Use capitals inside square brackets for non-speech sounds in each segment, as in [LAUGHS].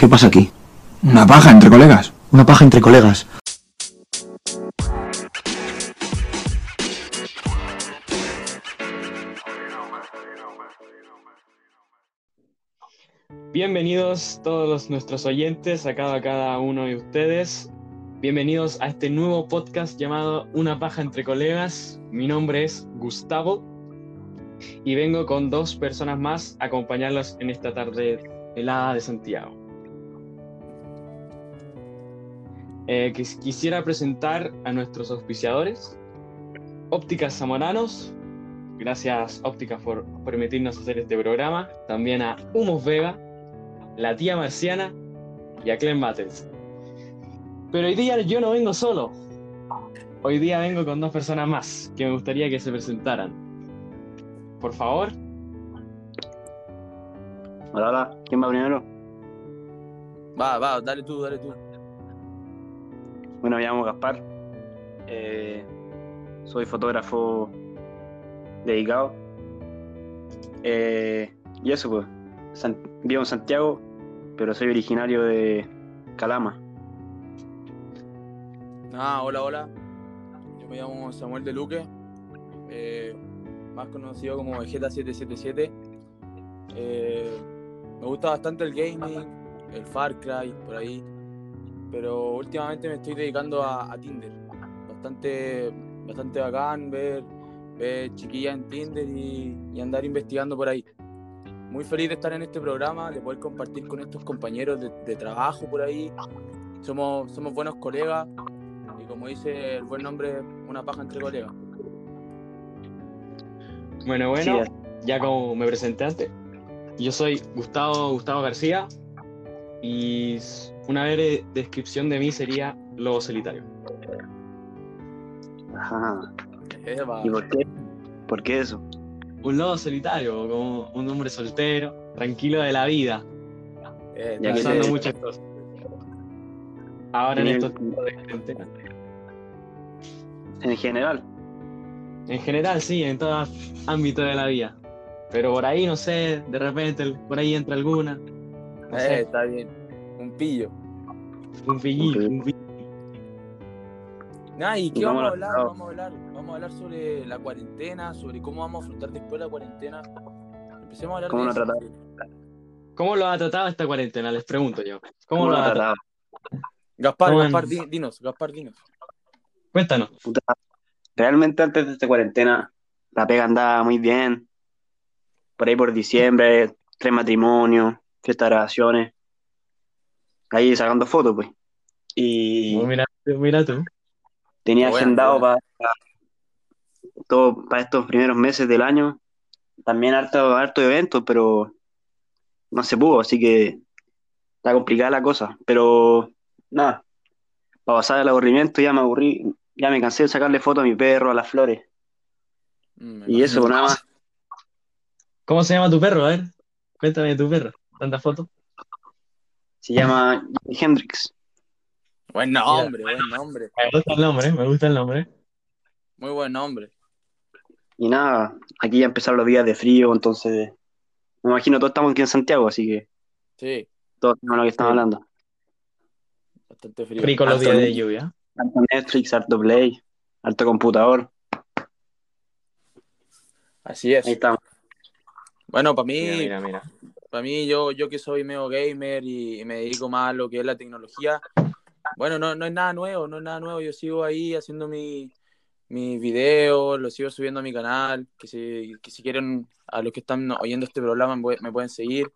¿Qué pasa aquí? Una paja entre colegas. Una paja entre colegas. Bienvenidos todos los- nuestros oyentes, a cada, cada uno de ustedes. Bienvenidos a este nuevo podcast llamado Una paja entre colegas. Mi nombre es Gustavo y vengo con dos personas más a acompañarlos en esta tarde helada de Santiago. Eh, quis- quisiera presentar a nuestros auspiciadores. Ópticas Zamoranos, gracias Ópticas por permitirnos hacer este programa. También a Humos Vega, la tía marciana y a Clem Battles. Pero hoy día yo no vengo solo. Hoy día vengo con dos personas más que me gustaría que se presentaran. Por favor, Hola, hola. ¿Quién va primero? Va, va, dale tú, dale tú. Bueno, me llamo Gaspar. Eh, soy fotógrafo dedicado. Eh, y eso, pues. San- vivo en Santiago, pero soy originario de Calama. Ah, hola, hola. Yo me llamo Samuel De Luque, eh, más conocido como Vegeta777. Eh, me gusta bastante el gaming, el Far Cry, por ahí. Pero últimamente me estoy dedicando a, a Tinder. Bastante, bastante bacán ver, ver chiquillas en Tinder y, y andar investigando por ahí. Muy feliz de estar en este programa, de poder compartir con estos compañeros de, de trabajo por ahí. Somos, somos buenos colegas, y como dice el buen nombre, una paja entre colegas. bueno, Sí, bueno, ya como me presentaste, yo soy Gustavo, Gustavo García y s- una breve descripción de mí sería Lobo Solitario. Ajá. Eva. ¿Y por qué? ¿Por qué eso? Un lobo solitario, como un hombre soltero, tranquilo de la vida, Eh, Ya está pensando que te- bien. muchas cosas. Ahora en Bien. estos tiempos de cuarentena. En general. En general, sí, en todo ámbito de la vida. Pero por ahí, no sé, de repente el- por ahí entra alguna. No Eh, sé, está bien. Un pillo. un pillín, ok. un pillín. Nah, ¿y qué Y vamos vámonos, a hablar? chao. Vamos a hablar, vamos a hablar sobre la cuarentena, sobre cómo vamos a afrontar después la cuarentena. Empecemos a hablar ¿Cómo de lo eso. ¿Cómo lo ha tratado esta cuarentena? Les pregunto yo. ¿Cómo, lo la ha tratado? trataba? Gaspar, Bueno. Gaspar, di- dinos, Gaspar, dinos. Cuéntanos. Puta, Realmente antes de esta cuarentena, la pega andaba muy bien. Por ahí por diciembre, tres matrimonios, fiesta de grabaciones. Ahí sacando fotos, pues. Y Oh, mira, mira tú. tenía Buena, agendado buena. para todo para estos primeros meses del año. También harto, harto de eventos, pero no se pudo, así que está complicada la cosa. Pero nada, para pasar el aburrimiento ya me aburrí, ya me cansé de sacarle fotos a mi perro, a las flores. Mm, me Y eso, pues, imagino. nada más. ¿Cómo se llama tu perro? A ver, cuéntame de tu perro. ¿Tantas fotos? Se llama Hendrix. Buen nombre, buen nombre. Me gusta el nombre, me gusta el nombre. Muy buen nombre. Y nada, aquí ya empezaron los días de frío, entonces me imagino todos estamos aquí en Santiago, así que Sí, todos sabemos lo que estamos Sí. hablando. bastante frío. Rico los Harto días de nombre. lluvia. Harto Netflix, harto Play, harto computador. Así es. Ahí estamos. Bueno, para mí, Mira, mira, mira. Para mí, yo, yo que soy medio gamer y, y me dedico más a lo que es la tecnología, bueno, no, no es nada nuevo, no es nada nuevo. Yo sigo ahí haciendo mi- mis videos, los sigo subiendo a mi canal, que si, que si quieren, a los que están oyendo este programa me pue- me pueden seguir.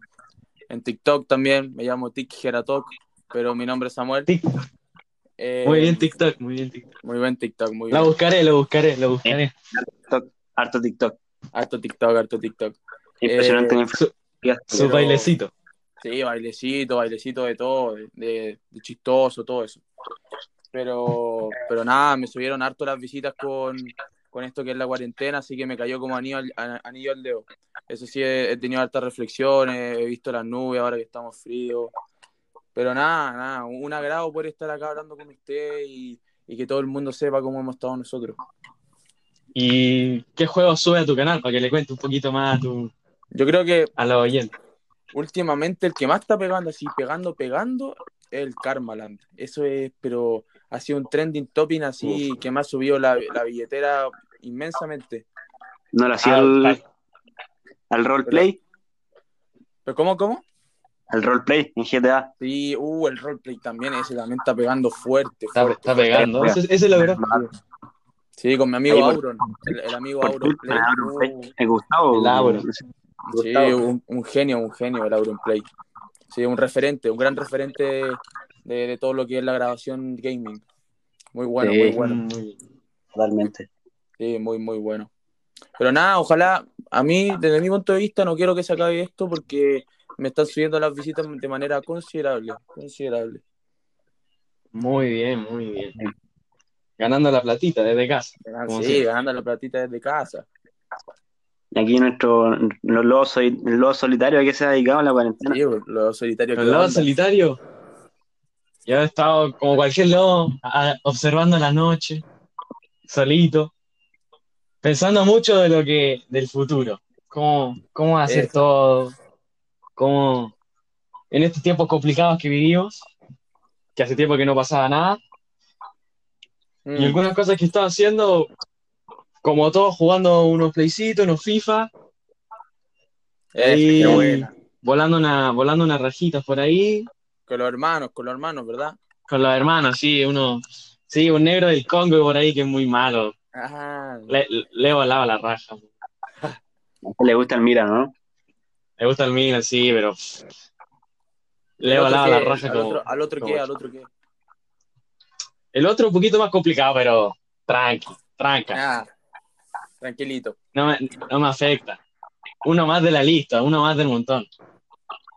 En TikTok también, me llamo Tik Geratok, pero mi nombre es Samuel. Tic. Eh, Muy bien TikTok, muy bien TikTok. Muy buen TikTok, muy Lo bien. buscaré, lo buscaré, lo buscaré. Harto TikTok. Harto TikTok, harto TikTok. Impresionante Eh, la infografía. Su Pero- bailecito. Sí, bailecito, bailecito de todo, de, de- de chistoso, todo eso. Pero, pero nada, me subieron harto las visitas con, con esto que es la cuarentena, así que me cayó como anillo al, a- anillo al dedo. Eso sí, he, he tenido hartas reflexiones, he visto las nubes ahora que estamos fríos. Pero nada, nada, un agrado poder estar acá hablando con usted y, y que todo el mundo sepa cómo hemos estado nosotros. ¿Y qué juego sube a tu canal? Para que le cuente un poquito más a, tu, Yo creo que a los oyentes. últimamente el que más está pegando, así pegando, pegando, es el Karmaland. Eso es, pero ha sido un trending topping así que me ha subido la, la billetera inmensamente. No le hacía Ah, al, ah, al roleplay, ¿Pero cómo, cómo? al roleplay en GTA. Sí, uh, el roleplay también, ese también está pegando fuerte. está, fuerte. está pegando. Mira. Esa es- esa es la verdad. Sí, con mi amigo Ahí por- Auron, el, el amigo Por Auron Twitter, Play. Auron uh, Play. El Gustavo. El Auron. no sé. sí, Gustavo. un, un genio, un genio el Auron Play. Sí, un referente, un gran referente de, de todo lo que es la grabación gaming. Muy bueno, Sí. muy bueno. Mm, muy bien. Totalmente. Sí, muy, muy bueno. Pero nada, ojalá, a mí, desde mi punto de vista, no quiero que se acabe esto porque me están subiendo las visitas de manera considerable, considerable. Muy bien, muy bien. Ganando la platita desde casa. como Sí, siempre. ganando la platita desde casa. Y aquí nuestro los lobos, soli- el lobo solitario que se ha dedicado a la cuarentena. Ah. Sí, pues, los solitarios que El lobo andan. solitario. Yo he estado como cualquier lobo, a- observando la noche, solito, pensando mucho de lo que, del futuro. Cómo, cómo hacer Eso. todo, cómo en estos tiempos complicados que vivimos, que hace tiempo que no pasaba nada, Mm. y algunas cosas que estaba haciendo, como todos jugando unos playcitos, unos FIFA, Eso, Y- Eh, qué buena. volando una, volando unas rajitas por ahí, Con los hermanos, con los hermanos, ¿verdad? Con los hermanos, sí, uno. Sí, un negro del Congo por ahí que es muy malo. Ajá. Ah. Le, le he volado la raja. Le gusta el Mira, ¿no? Le gusta el Milan, sí, pero. pff, Le he Al otro volado la que- raja al como. otro- al otro como- que, al otro que. El otro un poquito más complicado, pero. Tranqui, tranca. Ah, tranquilito. No me, no me afecta. Uno más de la lista, uno más del montón.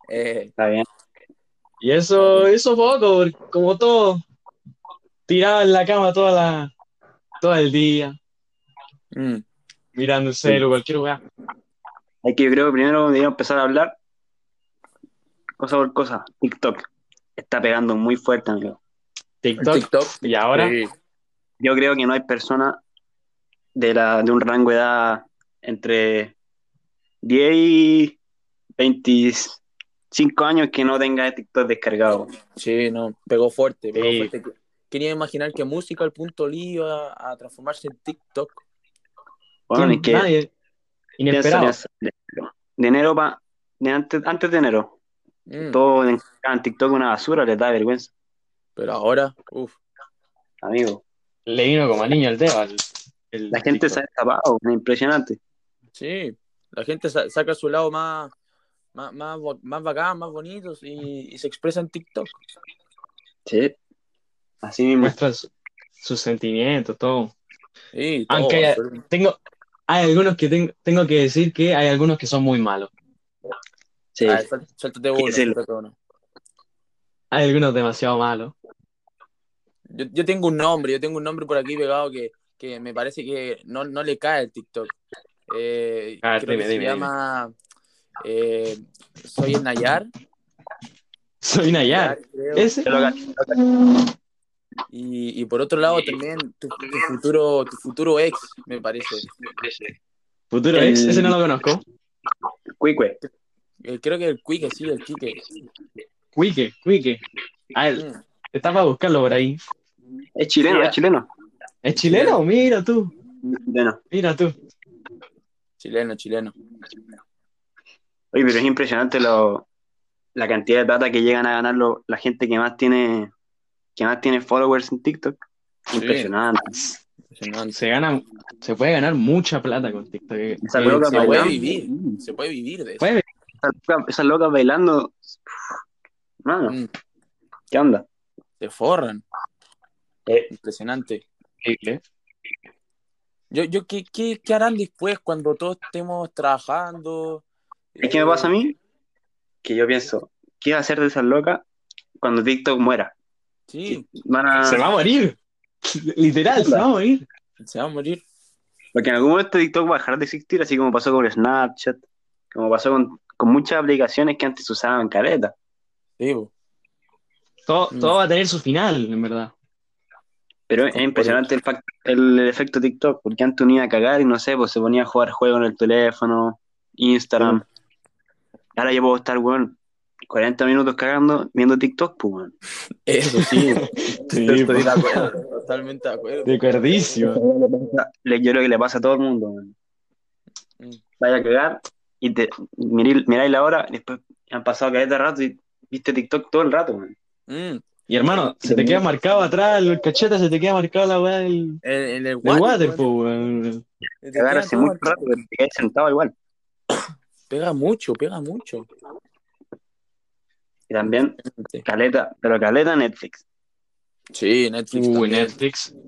Eh, Está bien. Y eso, eso poco, porque como todo. Tirado en la cama toda la, todo el día, mm, mirando el celu, cualquier lugar. Hay que yo creo que primero deberíamos empezar a hablar cosa por cosa. TikTok está pegando muy fuerte, amigo. TikTok. TikTok. Y ahora. Sí. Yo creo que no hay persona de, la, de un rango de edad entre 10 y 25 años que no tenga TikTok descargado. Sí, no, pegó fuerte, pegó Sí. fuerte. Quería imaginar que música al punto lío a, a transformarse en TikTok. Bueno, es que Nadie. piensa Inesperado. en eso. de enero pa, de antes, antes de enero, Mm, todo en en TikTok una basura, les da vergüenza, Pero ahora, uff, amigo. Le vino como niño al dedo. al- el La gente TikTok. se ha destapado, es impresionante. sí, la gente sa- saca su lado más, más, más, bo- más bacán, más bonito y, y se expresa en TikTok. Sí. Así mismo. muestra su- sus sentimientos, todo. Sí, todo, Aunque- absolutamente. Tengo, hay algunos que tengo, tengo que decir que hay algunos que son muy malos. Sí. A ver, suel- suéltate uno, que se lo- suéltate uno. Hay algunos demasiado malos. [LAUGHS] Yo, yo tengo un nombre, yo tengo un nombre por aquí pegado que, que me parece que no, no le cae el TikTok. Eh, A ver, creo que Ah, dime, se dime, llama eh, Soy el Nayar. Soy Nayar. creo. Ese. Yo lo cacho, lo cacho. Y, y por otro lado también tu, tu futuro tu futuro ex, me parece. Futuro ex, El- ese no lo conozco. Cuicue. Eh, creo que el Quique, sí, el Quique. Quique, Quique. A ver, Mm. está para buscarlo por ahí. Es chileno, Sí, es chileno. ¿Es chileno? Mira tú, Bueno, mira tú. Chileno, chileno. oye, pero es impresionante lo, la cantidad de data que llegan a ganar lo- la gente que más tiene que más tiene followers en TikTok. Impresionante. Impresionante. Se gana, se puede ganar mucha plata con TikTok. Esa Eh, loca se bailando. puede vivir. Se puede vivir de eso. Puede. Esa loca- Esas locas bailando. Mano, Mm, ¿qué onda? Se forran. Eh. Impresionante. increíble. Yo, yo, ¿qué, qué, qué harán después cuando todos estemos trabajando? Es que me pasa a mí que yo pienso, ¿qué va a hacer de esas locas cuando TikTok muera? Sí, Van Ah. a, Se va a morir. [LAUGHS] Literal, se va a morir. se va a morir. Porque en algún momento TikTok va a dejar de existir, así como pasó con Snapchat, como pasó con, con muchas aplicaciones que antes se usaban caleta. Sí, po. Todo, Mm. todo va a tener su final, en verdad. Pero es impresionante el, fac- el, el efecto TikTok, porque antes unía a cagar y no sé, pues se ponía a jugar juegos en el teléfono, Instagram. Ahora yo puedo estar, weón, 40 minutos cagando viendo TikTok, pues, weón. Eso sí, Sí, estoy de po. acuerdo, totalmente de acuerdo. de cerdísimo. Le- Yo creo que le pasa a todo el mundo, weón. Mm. Vaya a cagar y te mirí- miráis la hora, después han pasado caleta de rato y viste TikTok todo el rato, weón. Mm, Y hermano, se te queda marcado atrás el cachete, se te queda marcado la weá del, en, en el del water, water, weón. po, weón. Te Cagar pega hace todo mucho marcado. rato, pero te quedas sentado igual. Pega mucho, pega mucho. Y también caleta, pero caleta Netflix. Sí, Netflix. Uy, también. Uh, Netflix. Está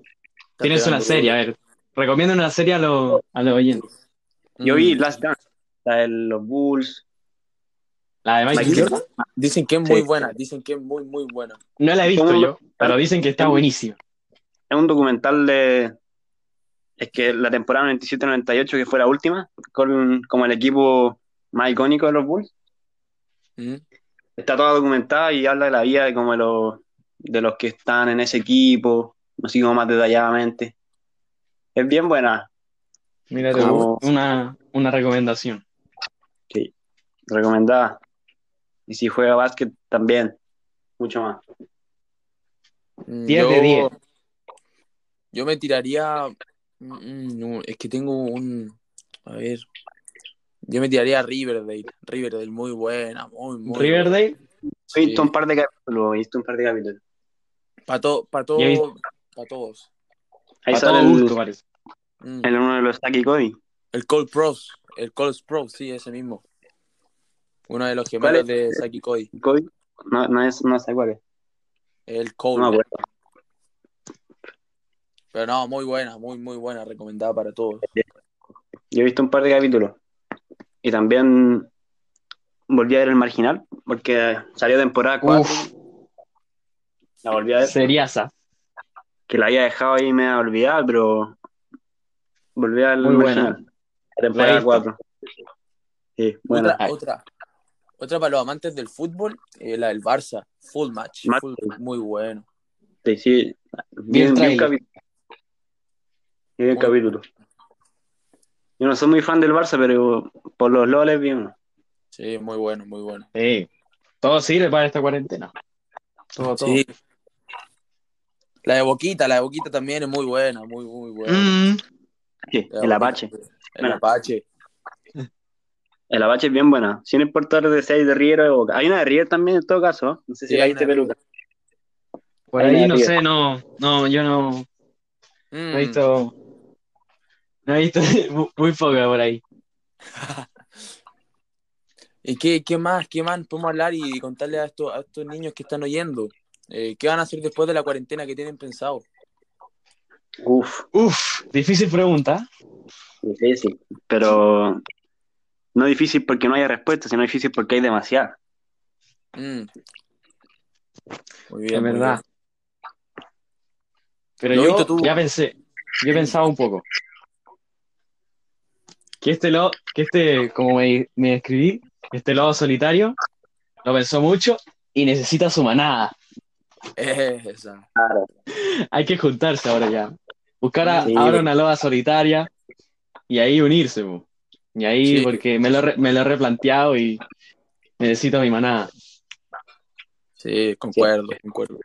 Tienes una pegando serie, a ver. Recomiendo una serie a los a los oyentes. duro. Yo vi Mm. Last Dance, la de los Bulls. La de Michael Michael Jordan. Dicen que es muy Sí. buena, dicen que es muy, muy buena. No la he visto yo, pero dicen que está buenísima. Es un documental de. Es que la temporada 97-98, que fue la última, con como el equipo más icónico de los Bulls, Mm. está toda documentada y habla de la vida de como de los, de los que están en ese equipo, así como más detalladamente. Es bien buena, Mira, te gusta. una, una recomendación. recomendada. Y si juega básquet, también, mucho más. 10 de 10. mm, Yo me tiraría. mm, no, es que tengo un. A ver. Yo me tiraría a Riverdale. Riverdale, muy buena, muy, muy. Riverdale, He visto un par de capítulos, he visto un par de capítulos. Para para Ya he todos. visto. Para todos. Ahí a sale todo gusto, el, parece. Mm. el uno de los Taki Cody. El Cole Pros. El Cole Pros, sí, ese mismo. Uno de los gemelos ¿Cuál de Saki Cody. Cody, no, no, es, no sé cuál es, El no Cole. me acuerdo. Pero no, muy buena, muy, muy buena. Recomendada para todos. Yo he visto un par de capítulos. Y también volví a ver El Marginal, porque salió temporada 4. Uf, La volví a ver. seriasa. Que la había dejado ahí me había olvidado, pero volví a ver El Muy buena. Marginal. La temporada La he visto. 4. Sí, bueno. otra, otra, otra para los amantes del fútbol, eh, la del Barça, full match, Match. full- muy bueno. Sí, sí. el Bien, tráiler. capítulo. Bien capítulo. Yo no soy muy fan del Barça, pero por los loles bien. Sí, muy bueno, muy bueno. Sí. Todo sirve para esta cuarentena. Todo, todo. Sí. La de Boquita, la de Boquita también es muy buena, muy, muy buena. Mm, Sí, La de el Boquita, Apache. El Bueno. Apache. El Apache es bien buena. Sin importar de si hay de River o de Boca. Hay una de River también en todo caso. ¿no? No sé si Sí, la hay viste una de peluca. Por ahí no sé, no, no, yo no, Mm. no he visto, no he visto [LAUGHS] muy poca por ahí. ¿Y qué, qué más, qué más podemos hablar y contarle a estos, a estos niños que están oyendo? Eh, ¿Qué van a hacer después de la cuarentena que tienen pensado? Uf, Uf, difícil pregunta. difícil. Pero no difícil porque no haya respuesta, sino difícil porque hay demasiada. Mm. Muy Es bien, muy verdad. Pero Lo yo viste tú. ya pensé, yo pensaba un poco. Que este lado, que este, como me, me describí, este lado solitario, lo pensó mucho y necesita su manada. bien. [LAUGHS] Esa. Claro. Hay que juntarse ahora ya. Buscar a- Sí. ahora una loba solitaria y ahí unirse. po. Y ahí, Sí. porque me lo, re- me lo he replanteado y necesito mi manada. Sí, concuerdo, concuerdo.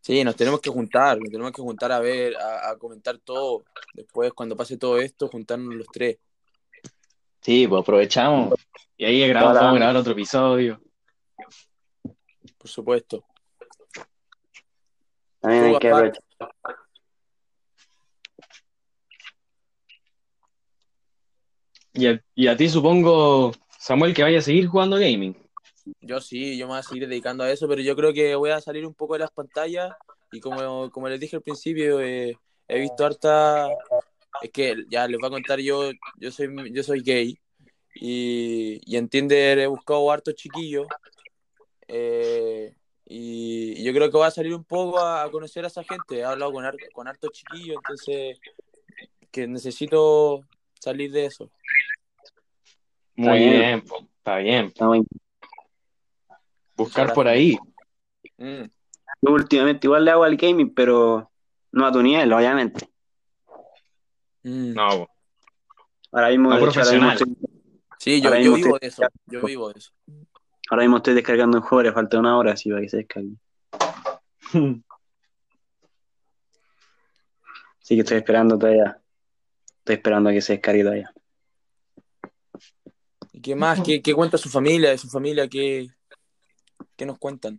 Sí, nos tenemos que juntar, nos tenemos que juntar a ver, a, a comentar todo. Después, cuando pase todo esto, juntarnos los tres. Sí, pues aprovechamos. Y ahí grabamos, Toda vamos la a banda. grabar otro episodio. Por supuesto. También Tú, hay que papá. aprovechar. Y a, y a ti supongo, Samuel, que vaya a seguir jugando gaming. Yo sí, yo me voy a seguir dedicando a eso, pero yo creo que voy a salir un poco de las pantallas y como, como les dije al principio, eh, he visto harta... Es que ya les voy a contar, yo, yo, soy, yo soy gay y, y en Tinder he buscado hartos chiquillos eh, y, y yo creo que voy a salir un poco a, a conocer a esa gente. He hablado con, har- con hartos chiquillos, entonces que necesito salir de eso. Muy bien. bien, po, está bien. Está muy- Buscar por ahí. Mm, Yo últimamente igual le hago al gaming, pero no a tu nivel, obviamente. mm. No, po. Ahora mismo, No de hecho, ahora mismo profesional. estoy- Sí, yo, Ahora yo mismo vivo de estoy- eso. Yo vivo de eso. Ahora mismo estoy descargando un juego, le falta una hora así para que se [LAUGHS] descargue. Así que estoy esperando todavía. Estoy esperando a que se descargue todavía. ¿Y qué más? ¿Qué, qué cuenta su familia? ¿De su familia qué, qué nos cuentan?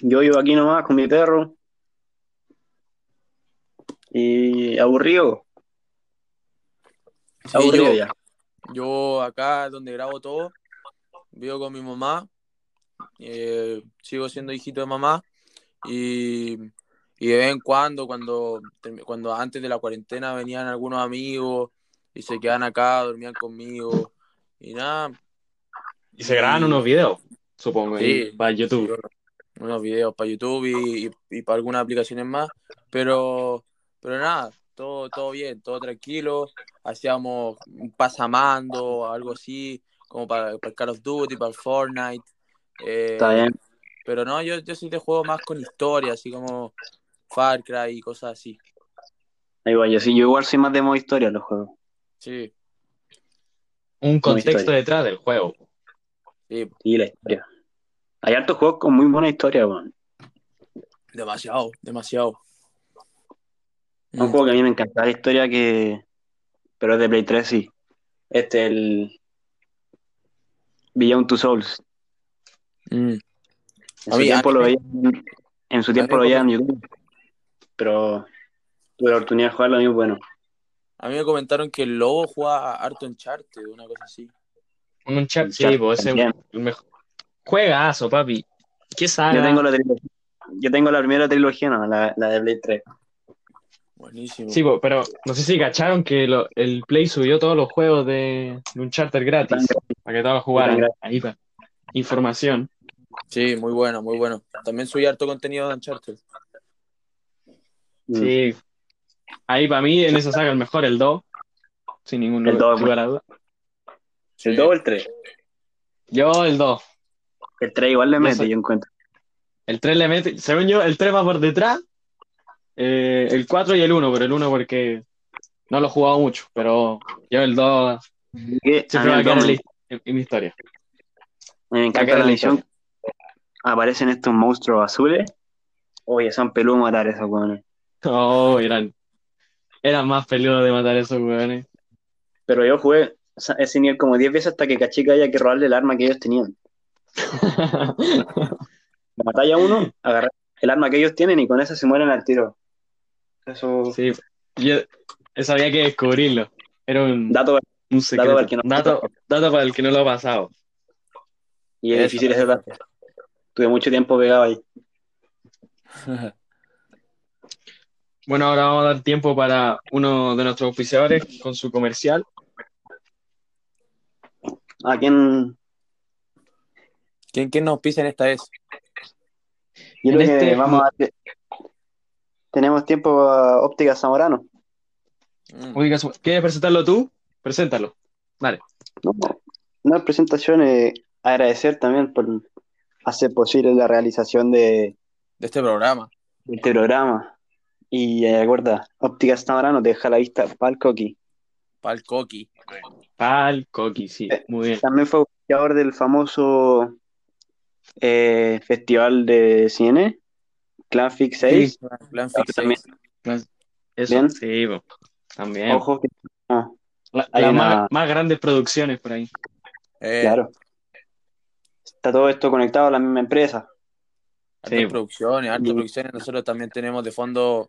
Yo vivo aquí nomás con mi perro. Y aburrido. Sí, Aburrido yo, ya. yo acá donde grabo todo, vivo con mi mamá, eh, sigo siendo hijito de mamá y, y de vez en cuando, cuando, cuando antes de la cuarentena venían algunos amigos y se quedaban acá, dormían conmigo y nada, Y se graban unos videos, supongo, Sí. ahí, para YouTube. unos videos para YouTube y, y- y para algunas aplicaciones más, pero, pero nada, todo, todo bien, todo tranquilo, hacíamos un pasamando o algo así, como para, para el Call of Duty, para el Fortnite, eh, Está bien. pero no, yo, yo sí te juego más con historia, así como Far Cry y cosas así, Ahí va, yo, sí, yo igual soy más de modo historia en los juegos. sí, Un contexto historia. detrás del juego. sí, Y la historia. Hay hartos juegos con muy buena historia, weón. demasiado, demasiado. Un Mm. juego que a mí me encanta la historia que. Pero es de Play 3, sí. Este el. Beyond Two Souls. Mm. En A su mí- a tiempo mí- lo veía. En su tiempo mí lo me- veía en YouTube. Pero tuve la oportunidad de jugarlo a mí, bueno. A mí me comentaron que el lobo juega harto en Charter, una cosa así. Un chat, sí, Uncharted pues, ese es también. el mejor. Juegazo, papi. ¿Qué saga? Yo tengo la trilogía. Yo tengo la primera trilogía, no, la, la de Play 3. Buenísimo. Sí, po, pero no sé si cacharon que lo- el Play subió todos los juegos de, de un charter gratis para que todos jugaran. Ahí va. Información. Sí, muy bueno, muy bueno. También subí harto contenido de Uncharted. Mm. Sí. Ahí para mí en esa saga el mejor, el 2. Sin ningún El pues. 2, lugar a duda. ¿El 2 o el 3? Yo el 2. El 3 igual le Yo mete, soy- yo encuentro. El 3 le mete, según yo, el 3 va por detrás. eh, el 4 y el 1, pero el 1 porque no lo he jugado mucho, pero yo el 2 Que a mí siempre va a el dos quedar en, me- la- en- en mi historia. Me Va a encanta quedar la en la edición. historia. Aparecen estos monstruos azules. Oye, son peludos matar esos weones. Oh, eran, eran más peludos de matar esos [LAUGHS] weones. Pero yo jugué esa- ese nivel como 10 veces hasta que caché que había que robarle el arma que ellos tenían. La batalla uno, agarrar el arma que ellos tienen y con eso se mueren al tiro. Eso. sí, yo eso había que descubrirlo. Era un, Dato. un secreto. Dato para para, el el que no- que no lo ha pasado. Y es Eso. difícil ese dato. Tuve mucho tiempo pegado ahí. Bueno, ahora vamos a dar tiempo para uno de nuestros oficiadores con su comercial. ¿A quién? ¿Quién, quién nos pisa en esta vez? Yo En creo que este- vamos a. Tenemos tiempo a Óptica Zamorano. Mm. Ubica su- ¿Quieres presentarlo tú? Preséntalo. No, una presentación, eh, agradecer también por hacer posible la realización de De este programa. este programa. Y eh, recuerda, Óptica Zamorano te deja la vista pa'l coqui. Pal Coqui. Pal Coqui, sí, Eh, muy bien. También fue auspiciador del famoso eh, festival de cine, Clanfic 6. Plan Eh, Ahora Fix también, 6. Eso, Bien. sí, po. también. ojo que ah, no, La- hay las una- más, más grandes producciones por ahí. Eh, claro. Está todo esto conectado a la misma empresa. hartas Sí. producciones, hartas Y- producciones. Nosotros también tenemos de fondo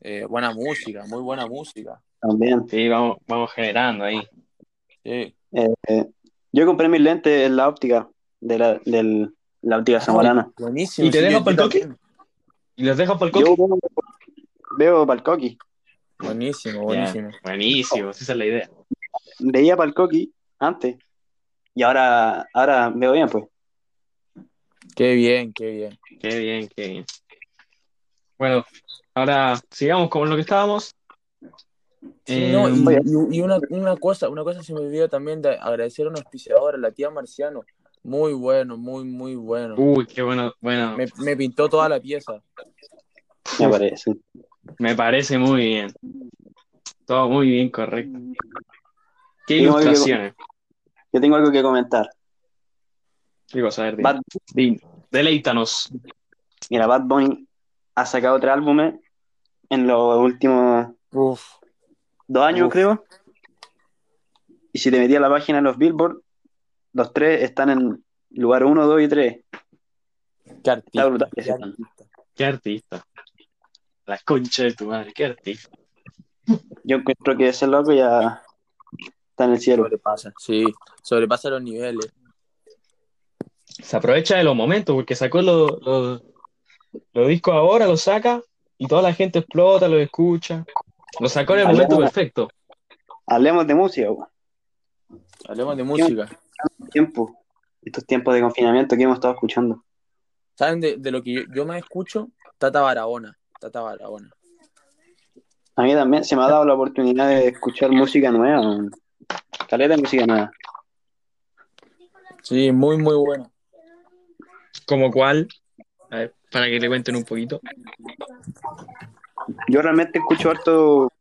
eh, buena música, muy buena música. También. Sí, vamos, vamos generando ahí. Sí. Eh, yo compré mis lentes en la óptica de la, del- la óptica zamorana. Buenísimo. ¿Y te dejo yo- Pal yo Coqui? también. ¿Y los dejo para Ah, el Yo Coqui? veo, veo Palcoqui. Buenísimo, Ya, buenísimo. buenísimo, esa es la idea. Veía Palcoqui antes. Y ahora, ahora veo bien, pues. Qué bien, qué bien. Qué bien, qué bien. Bueno, ahora sigamos con lo que estábamos. Sí, no, y, Oye. y- y una, una cosa, una cosa se me olvidó también de agradecer a un auspiciador, a la tía Marciano. Muy bueno, muy, muy bueno. Uy, qué bueno, bueno, Me, me, me pintó toda la pieza. Me parece. parece muy bien. Todo muy bien, correcto. Qué Y no, ilustraciones. Yo tengo algo que comentar. ¿Qué cosa? A ver, di- Bad- di- deleítanos. mira, Bad Bunny ha sacado tres álbumes en los últimos Uf. dos años, Uf. creo. Y si te metí a la página de los Billboard, los tres están en lugar uno, dos y tres. Qué artista. Está brutal. qué ese artista. Qué artista. La concha de tu madre, qué artista. Yo encuentro que ese loco ya está en el cielo. Sobrepasa. Sí, sobrepasa los niveles. Se aprovecha de los momentos porque sacó los los- los discos ahora, los saca y toda la gente explota, los escucha. Lo sacó en el Hablemos- momento perfecto. Hablemos de música, po. Hablemos de música. tiempo. Estos tiempos de confinamiento que hemos estado escuchando. ¿Saben de, de lo que yo, yo más escucho? Tata Barahona. Tata Barahona. A mí también se me ha dado la oportunidad de escuchar música nueva. man. Caleta de música nueva. Sí, muy, muy bueno. Como cual, a ver, para que le cuenten un poquito. Yo realmente escucho harto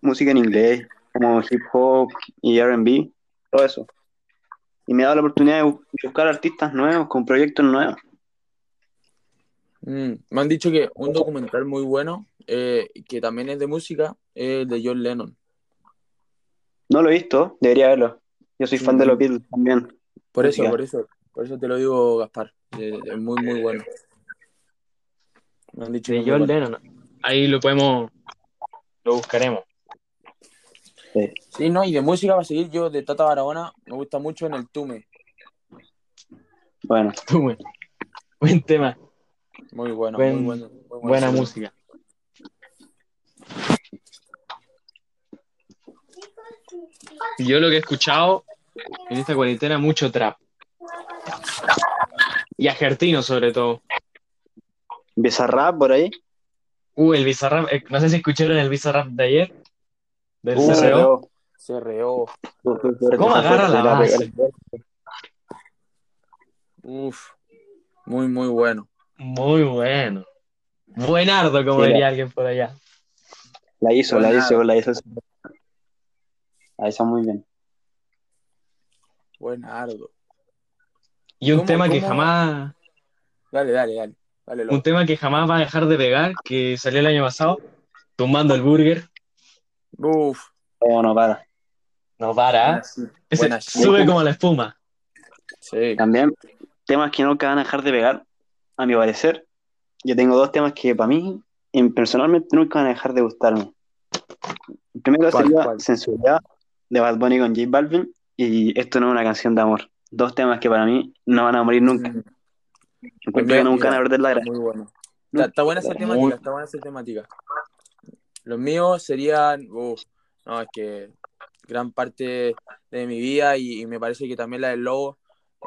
música en inglés, como hip hop y RB, todo eso. Y me ha dado la oportunidad de bu- buscar artistas nuevos, con proyectos nuevos. Mm, Me han dicho que un documental muy bueno, eh, que también es de música, es el de John Lennon. No lo he visto, debería verlo. Yo soy fan de Mm. los Beatles también. Por eso, Música. por eso, por eso te lo digo, Gaspar. Eh, Es muy, muy bueno. Me han dicho que De es muy John bueno. Lennon. Ahí lo podemos, lo buscaremos. Sí, no, y de música va a seguir yo de Tata Barahona. Me gusta mucho en el Tume. Bueno, Tú, güey. [LAUGHS] Buen tema, Muy bueno, Buen- muy bueno. muy bueno. buena música. Yo lo que he escuchado en esta cuarentena mucho trap. Y argentino sobre todo. Bizarrap por ahí. Uh, el Bizarrap, eh, no sé si escucharon el Bizarrap de ayer. Del Uh, CRO. CRO. CRO. ¿Cómo agarra la base? Uf. Muy, muy bueno. Muy bueno. Buenardo, como Sí, diría alguien por allá. La hizo, la Buena. hizo, la hizo. La hizo muy bien. Buenardo. Y un ¿Cómo- tema que cómo? jamás Dale, dale, dale. Dale, Un loco. tema que jamás va a dejar de pegar, que salió el año pasado, tumbando el burger. Uf. No, no para. No para. Ese Buena, sí. sube como la espuma. Sí. También temas que nunca van a dejar de pegar, a mi parecer. Yo tengo dos temas que para mí, en- personalmente, nunca van a dejar de gustarme. El primero ¿Cuál, sería cuál? Sensualidad de Bad Bunny con J Balvin y Esto no es una canción de amor. Dos temas que para mí no van a morir nunca. Mm, Encuentro que Mira, nunca van a mira. perder la gracia. Muy bueno. Está, está buena esa Muy- temática, está buena esa temática. Los míos serían, uf, no, es que gran parte de mi vida y, y me parece que también la del lobo,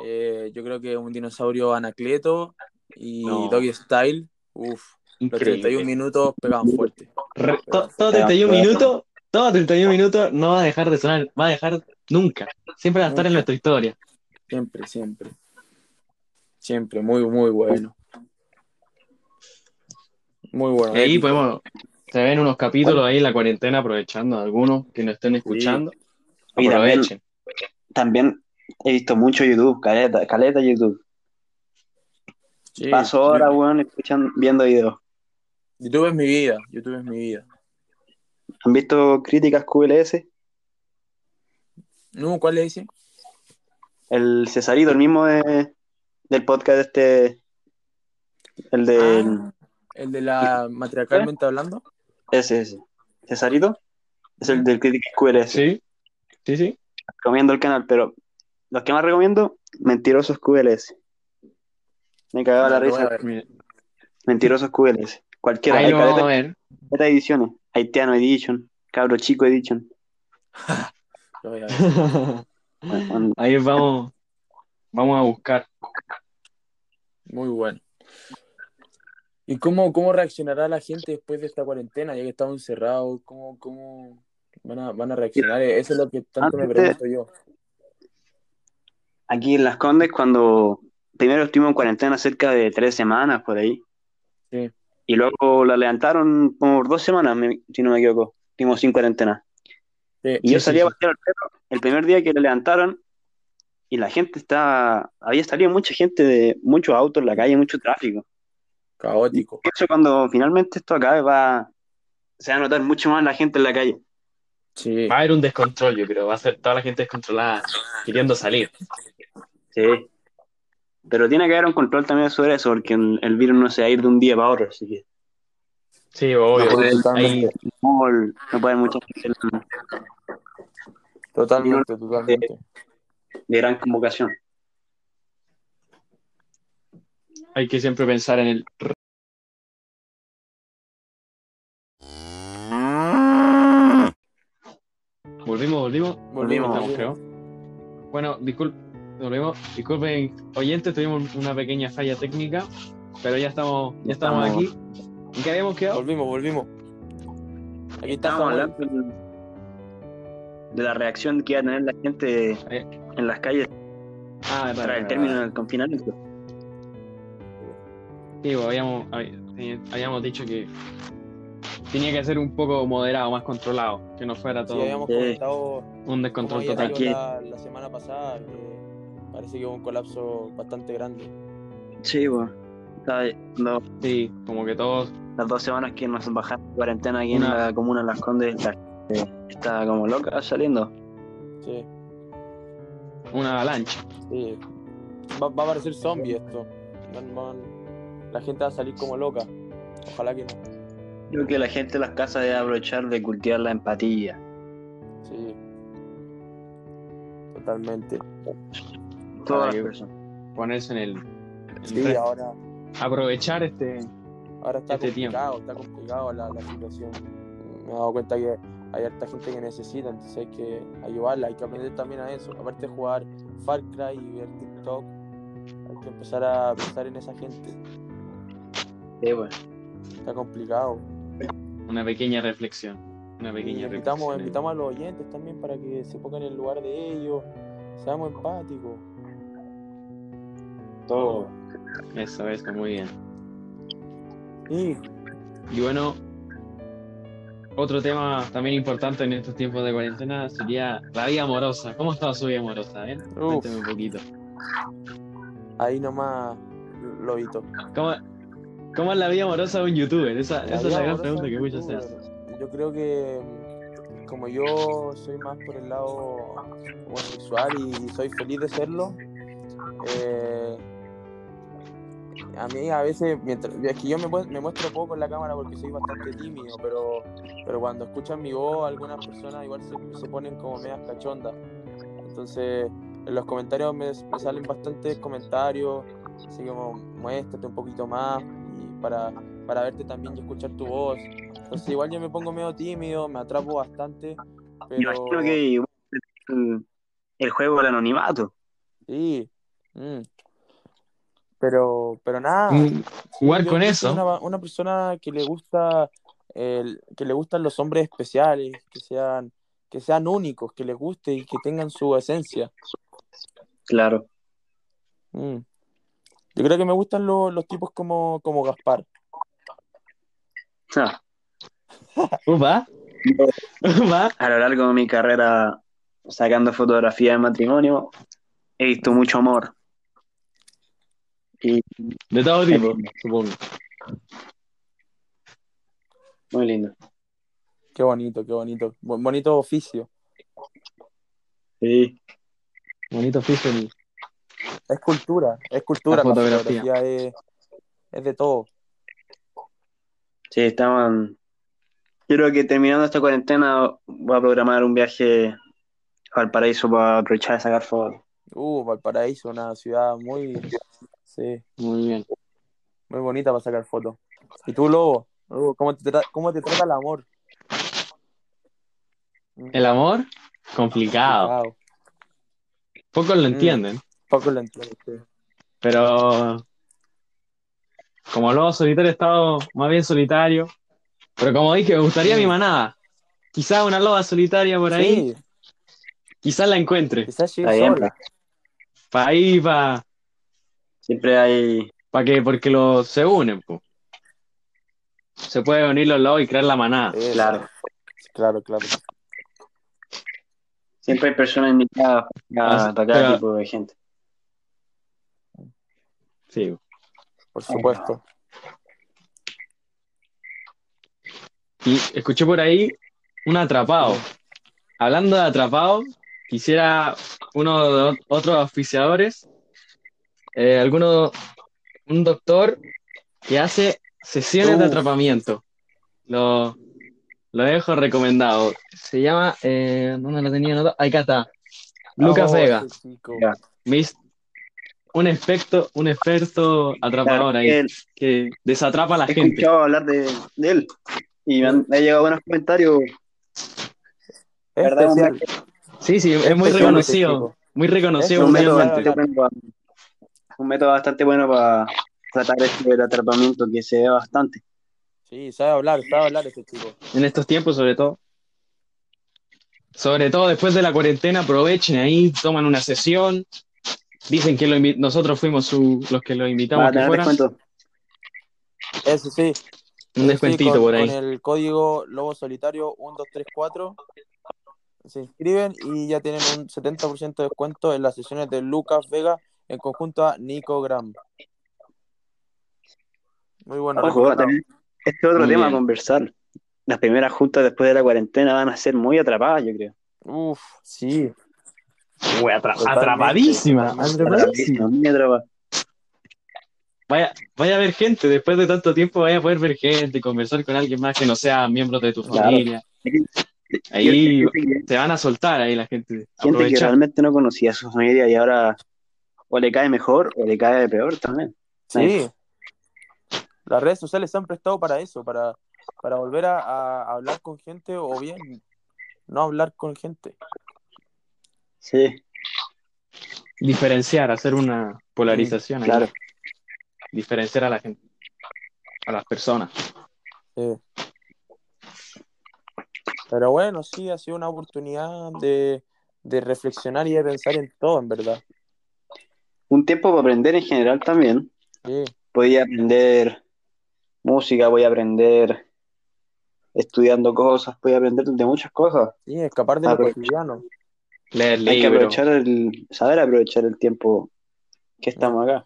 eh, yo creo que un dinosaurio anacleto y No. Doggy Style, uf, los 31 minutos pegan fuerte. Re- to- Todo 31 minutos, todo 31 minutos no va a dejar de sonar, va a dejar nunca. Siempre va a estar en nuestra historia. Siempre, siempre. Siempre, muy, muy bueno. Muy bueno. Y ahí pues, podemos, se ven unos capítulos ahí en la cuarentena aprovechando a algunos que nos estén escuchando. Y también- Aprovechen. También he visto mucho YouTube, caleta, caleta YouTube. Sí, Paso horas, weón, escuchando, viendo videos. YouTube es mi vida, YouTube es mi vida. ¿Han visto críticas QLS? No, ¿cuál le dice? El Cesarito, el mismo de- del podcast este, el de... Ah, el de la matriarcalmente hablando. Ese, ese. Cesarito es el del Critic QLS. Sí, sí, sí. Recomiendo el canal, pero los que más recomiendo, Mentirosos QLS. Me cagaba la Lo voy a risa. ver. Mira, Mentirosos QLS. Cualquiera. ahí Hay lo vamos a caleta, ver. caleta de ediciones. Haitiano Edition. Cabro Chico Edition. Lo voy a ver. Bueno, Ahí vamos, vamos a buscar. Muy bueno. ¿Y cómo, cómo reaccionará la gente después de esta cuarentena, ya que estamos encerrados? ¿Cómo, cómo van, a, van a reaccionar? Eso es lo que tanto me Antes- pregunto yo. Aquí en Las Condes, cuando primero estuvimos en cuarentena cerca de tres semanas por ahí. Sí. Y luego la levantaron por dos semanas, me- si no me equivoco. Estuvimos sin cuarentena. Sí, Y yo salí a pasear al perro. El primer día que le levantaron, y la gente está, había salido mucha gente de muchos autos en la calle, mucho tráfico. Caótico. Eso cuando finalmente esto acabe va, se va a notar mucho más la gente en la calle. Sí. Ah, Va a haber un descontrol, yo creo. Va a ser toda la gente descontrolada queriendo salir. Sí. Pero tiene que haber un control también sobre eso, porque el el virus no se va a ir de un día para otro, así que Sí, obvio. No, totalmente, Ahí- no, el- no puede haber mucha gente totalmente, totalmente. de gran convocación. hay que siempre pensar en el Volvimos, volvimos. Volvimos. Estamos, creo. Bueno, disculpen, volvimos. Disculpen, oyentes, tuvimos una pequeña falla técnica, pero ya estamos, ya estamos aquí. Estamos. ¿En qué habíamos quedado? Volvimos, volvimos. Aquí está Estábamos Samuel. hablando de la reacción que iba a tener la gente en las calles Ah, verdad, tras el verdad, término verdad. del confinamiento. Sí, pues, habíamos, habi- habíamos dicho que tenía que ser un poco moderado, más controlado, que no fuera Sí, todo habíamos Sí. comentado un como descontrol había total. salido la, la semana pasada, que parece que hubo un colapso bastante grande. Sí, bueno. ¿Sabes? No, Sí, como que todos las dos semanas que nos bajaron de cuarentena aquí en Una- la comuna de Las Condes, la gente está como loca saliendo. Sí, una avalancha. sí. Va, va a parecer zombie esto. Van- van- la gente va a salir como loca. Ojalá que no. Creo que la gente de las casas debe aprovechar de cultivar la empatía. Sí. Totalmente. Ah, Todas yo- las personas. ponerse en el, en Sí, re- ahora, aprovechar este ahora está Este tiempo. complicado, está complicado la, la situación. Me he dado cuenta que hay harta gente que necesita, entonces hay que ayudarla, hay que aprender también a eso. Aparte de jugar Far Cry y ver TikTok, hay que empezar a pensar en esa gente. Sí, bueno. Está complicado. una pequeña reflexión una Y pequeña invitamos, reflexión invitamos a los oyentes también para que se pongan en el lugar de ellos, seamos empáticos. Todo. eso eso muy bien Y y bueno otro tema también importante en estos tiempos de cuarentena sería la vida amorosa cómo está su vida amorosa eh? Uf. cuéntame un poquito ahí nomás, lobito. cómo cómo es la vida amorosa de un youtuber esa, esa es la gran pregunta que muchos se hacen hacen. Yo creo que mm, como yo soy más por el lado homosexual y soy feliz de serlo, eh, a mí a veces, mientras, es que yo me, mu- me muestro poco en la cámara porque soy bastante tímido, pero, pero cuando escuchan mi voz, algunas personas igual se, se ponen como medias cachondas. Entonces, en los comentarios me, me salen bastantes comentarios, así como muéstrate un poquito más y para para verte también y escuchar tu voz. Entonces igual yo me pongo medio tímido, me atrapo bastante, pero Imagino que igual el, el juego del anonimato. sí. mm. Pero pero nada, Mm, jugar yo- con yo eso soy Una, una persona que le gusta el, que le gustan los hombres especiales, que sean que sean únicos, que les guste y que tengan su esencia. Claro. Mm. Yo creo que me gustan lo- los tipos como, como Gaspar. Ah, [LAUGHS] upa upa A lo largo de mi carrera sacando fotografías de matrimonio, he visto mucho amor. Y de todo tipo supongo muy lindo. Qué bonito, qué bonito. Bu- bonito oficio. Sí. bonito oficio el- Es cultura, es cultura. La la fotografía. fotografía es, es de todo. Sí, estaban. Yo creo que terminando esta cuarentena voy a programar un viaje al paraíso para aprovechar de sacar fotos. Uh, Valparaíso, una ciudad muy, sí, muy bien muy bonita para sacar fotos. ¿Y tú, Lobo? Uh, ¿cómo, te tra- cómo te trata el amor? Mm, el amor complicado Complicado. pocos lo Mm. entienden Poco lo entiendo. sí. Pero como lobo solitario he estado más bien solitario. Pero como dije, me gustaría mi manada. Quizás una loba solitaria por ahí, Sí, quizás la encuentre. quizás llegue Está bien, pues. solo. Para ahí, para Siempre hay. pa que, porque los se unen. po. Se pueden Eh. pues. unir los lobos y crear la manada. Sí, Claro. Claro, claro. Siempre hay personas indicadas para, Ah, para cada pero- tipo de gente. Sí. Por supuesto. Y escuché por ahí un atrapado. Hablando de atrapado, quisiera uno de ot- otros auspiciadores, eh, alguno, un doctor que hace sesiones Uh. de Uf. atrapamiento. Lo, lo dejo recomendado. Se llama, eh, ¿dónde lo tenía anotado? Acá está. Lucas Oh, Vega. ese chico. Ya. Mis- un experto, un experto atrapador ahí, Él- que desatrapa a la he gente. escuchado hablar de, de él y me han, me han llegado buenos comentarios. Es Verdad, especial. Sí, sí, es muy Especial ese reconocido, chico. muy Sí, reconocido un, método mundialmente. bastante bueno para, un método bastante bueno para tratar este del atrapamiento que se ve bastante. Sí, sabe hablar, sabe hablar este chico. en estos tiempos, sobre todo. Sobre todo después de la cuarentena, aprovechen ahí, toman una sesión. Dicen que lo invi- nosotros fuimos su- los que lo invitamos Para que tener fuera. descuento. Eso sí. Un Eso sí, descuentito con- por ahí. Con el código Lobo Solitario 1234 se inscriben y ya tienen un 70% de descuento en las sesiones de Lucas Vega en conjunto a Nico Graham. Muy bueno. Ojo, recomendado. también, este otro Muy tema bien. a conversar. Las primeras juntas después de la cuarentena van a ser muy atrapadas, yo creo. Uf, sí. Totalmente, atrapadísima, totalmente. atrapadísima. Atrapadísimas, muy atrapadas. Vaya, vaya a ver gente, después de tanto tiempo vaya a poder ver gente, conversar con alguien más que no sea miembro de tu Claro. familia. Ahí Gente que- se van a soltar ahí la gente. gente que Aprovechar. realmente no conocía a su familia y ahora o le cae mejor o le cae peor también. Sí. Las redes sociales se han prestado para eso, para, para volver a, a hablar con gente o bien no hablar con gente. Sí, Diferenciar, hacer una polarización ahí. claro. Diferenciar a la gente, a las personas. Sí. Eh, Pero bueno, sí, ha sido una oportunidad de, de reflexionar y de pensar en todo, en verdad. Un tiempo para aprender en general también. Sí, podía aprender música, voy a aprender estudiando cosas, voy a aprender de muchas cosas. sí, escapar Ah, de lo Aprovecha. cotidiano. Leer Hay que libros, aprovechar el, saber aprovechar el tiempo que estamos acá.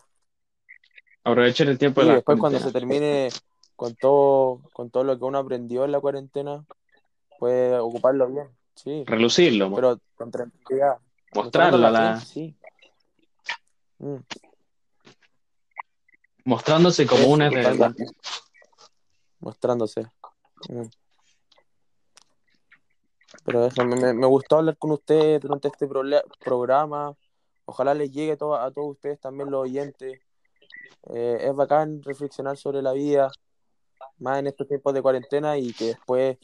aprovechar el tiempo Sí, de la después cuando se cuarentena. termine con todo, con todo lo que uno aprendió en la cuarentena, puede ocuparlo bien. Sí, relucirlo, mo- pero con tranquilidad. mostrarlo a Mostrando la la- gente, sí. Mm, mostrándose como eso, una de verdad. totalmente. Mostrándose. Mm. Pero eso, me- me, me gustó hablar con ustedes durante este prole- programa. Ojalá les llegue to- a todos ustedes también los oyentes. Eh, es bacán reflexionar sobre la vida, más en estos tiempos de cuarentena y que después,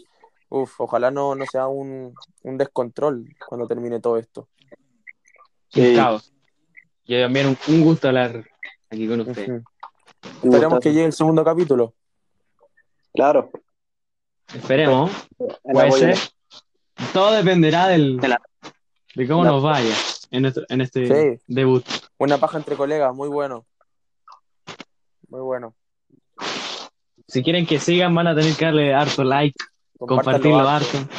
uf, ojalá no, no sea un, un descontrol cuando termine todo esto. un Sí. caos. Y también un, un gusto hablar aquí con ustedes. Ujú. Esperemos que llegue el segundo capítulo. Claro, Esperemos, el puede apoyo. ser. Todo dependerá del, De la- de cómo la- nos vaya en, nuestro- en este Sí. debut. Una paja entre colegas, muy bueno. Muy bueno. Si quieren que sigan, van a tener que darle harto like, Compártanlo compartirlo harto.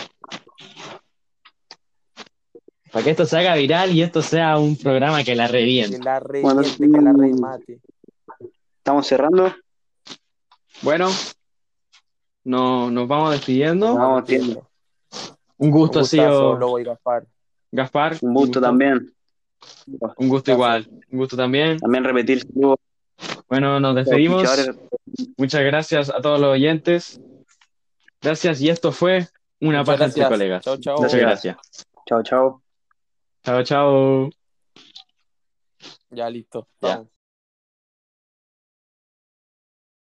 Para que esto se haga viral y esto sea un programa que la Que reviente. la rey Bueno, que la rey mate. Estamos cerrando. Bueno, no, nos vamos despidiendo. No, entiendo. Un Un gusto ha gustazo, sido Lobo y Gaspar. Gaspar. Un gusto también. Un gusto Gracias. igual. Un gusto también. También repetir saludos Bueno, nos a los despedimos. escuchadores. Muchas gracias a todos los oyentes. Gracias y esto fue una Muchas paja entre gracias. colegas. Chao, chao. Muchas gracias. Chao, chao. Chao, chao. Ya listo. Ya. Vamos.